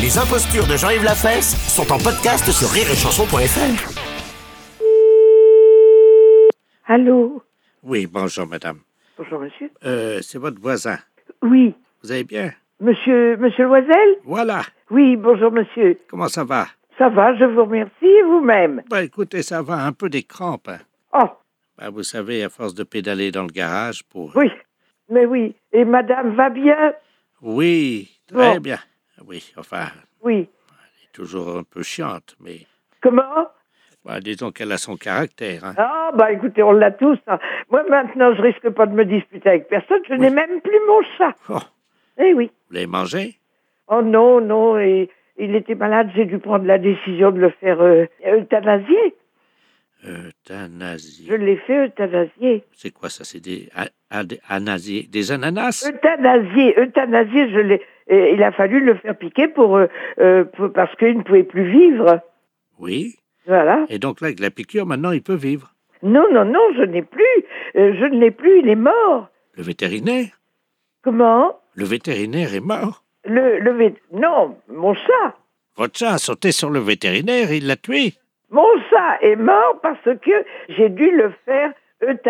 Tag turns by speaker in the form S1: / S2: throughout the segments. S1: Les impostures de Jean-Yves Lafesse sont en podcast sur rireetchanson.fr.
S2: Allô
S3: Oui, bonjour, madame.
S2: Bonjour, monsieur.
S3: Euh, c'est votre voisin.
S2: Oui,
S3: Vous allez bien?
S2: monsieur, monsieur Loisel
S3: Voilà.
S2: Oui, bonjour, monsieur.
S3: Comment ça va?
S2: Ça va, je vous remercie, et vous-même.
S3: Ben, écoutez, ça va un peu des crampes. hein.
S2: Oh,
S3: Ben, vous savez, à force de pédaler dans le garage pour...
S2: oui, mais oui. Et madame va bien
S3: Oui, très
S2: Bon.
S3: bien. Oui, enfin,
S2: Oui.
S3: elle est toujours un peu chiante, mais
S2: Comment
S3: ben, disons qu'elle a son caractère. hein.
S2: Ah, bah écoutez, on l'a tous. hein. Moi, maintenant, je risque pas de me disputer avec personne. Je n'ai même plus mon chat.
S3: Oh,
S2: Eh oui.
S3: vous l'avez mangé?
S2: Oh non, non, et, il était malade. J'ai dû prendre la décision de le faire euh, euthanasier.
S3: Euthanasie.
S2: Je l'ai fait euthanasier.
S3: Euh, C'est quoi ça? C'est des... a- a- des anasiers- Des ananas?
S2: Euthanasier, euthanasier, je l'ai. et il a fallu le faire piquer pour, euh, euh, pour- parce qu'il ne pouvait plus vivre.
S3: Oui.
S2: Voilà.
S3: Et donc là, avec la piqûre, maintenant, il peut vivre.
S2: Non, non, non, je n'ai plus. Euh, je ne l'ai plus, il est mort.
S3: Le vétérinaire?
S2: Comment
S3: Le vétérinaire est mort.
S2: le, le vét- Non, mon chat.
S3: Votre chat a sauté sur le vétérinaire et il l'a tué.
S2: Mon chat est mort parce que j'ai dû le faire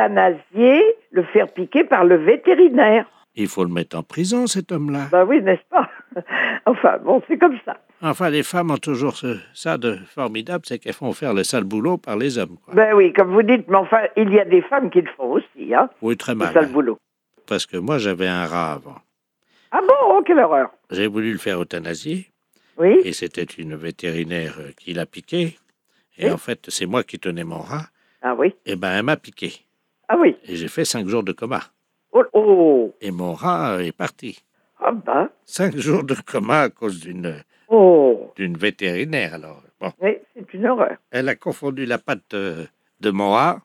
S2: euthanasier, le faire piquer par le vétérinaire.
S3: Il faut le mettre en prison, cet homme-là.
S2: Ben oui, n'est-ce pas Enfin, bon, c'est comme ça.
S3: Enfin, les femmes ont toujours ce- ça de formidable, c'est qu'elles font faire le sale boulot par les hommes. quoi.
S2: Ben oui, comme vous dites, mais enfin, il y a des femmes qui le font aussi, hein,
S3: oui, très
S2: le
S3: mal.
S2: sale
S3: hein.
S2: boulot.
S3: Parce que moi, j'avais un rat avant.
S2: Ah bon Oh, quelle horreur
S3: J'ai voulu le faire euthanasier,
S2: Oui
S3: et c'était une vétérinaire euh, qui l'a piqué. Et
S2: Oui.
S3: en fait, c'est moi qui tenais mon rat.
S2: Ah oui
S3: Et ben, elle m'a piqué.
S2: Ah oui
S3: Et j'ai fait cinq jours de coma.
S2: Oh, oh.
S3: Et mon rat euh, est parti.
S2: Ah ben
S3: Cinq jours de coma à cause d'une
S2: Oh
S3: d'une vétérinaire, alors. Bon.
S2: Oui, c'est une horreur.
S3: Elle a confondu la patte euh, de mon rat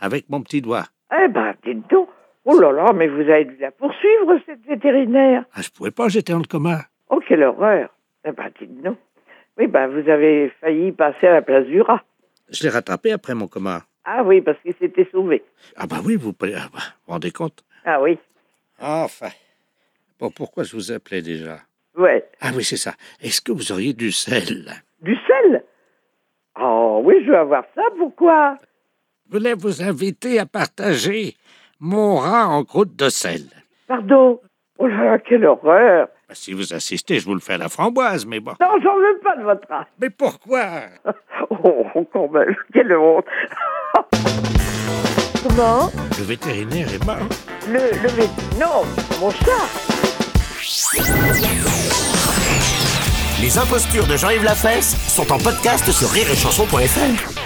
S3: avec mon petit doigt.
S2: Eh ben, dites donc Oh là là, mais vous avez dû la poursuivre, cette vétérinaire
S3: Ah, je pouvais pas, j'étais dans le coma.
S2: Oh, quelle horreur Eh ben, dites donc Oui, ben, vous avez failli passer à la place du rat.
S3: Je l'ai rattrapé après mon coma.
S2: Ah oui, parce qu'il s'était sauvé.
S3: Ah bah oui, vous pouvez- ah bah, vous vous rendez compte
S2: Ah oui,
S3: Enfin. Bon, pourquoi je vous appelais déjà
S2: ouais.
S3: Ah oui, c'est ça. Est-ce que vous auriez du sel
S2: Du sel Oh oui, je veux avoir ça, pourquoi
S3: Je voulais vous inviter à partager mon rat en croûte de sel.
S2: Pardon Oh là là, quelle horreur
S3: Bah, si vous insistez, je vous le fais à la framboise, mais bon.
S2: Non, j'en veux pas de votre rat
S3: Mais pourquoi
S2: Oh, quand même, quelle honte Comment
S3: Le vétérinaire est mort.
S2: le, le vét- Non, mon chat
S1: Les impostures de Jean-Yves Lafesse sont en podcast sur rireetchanson.fr.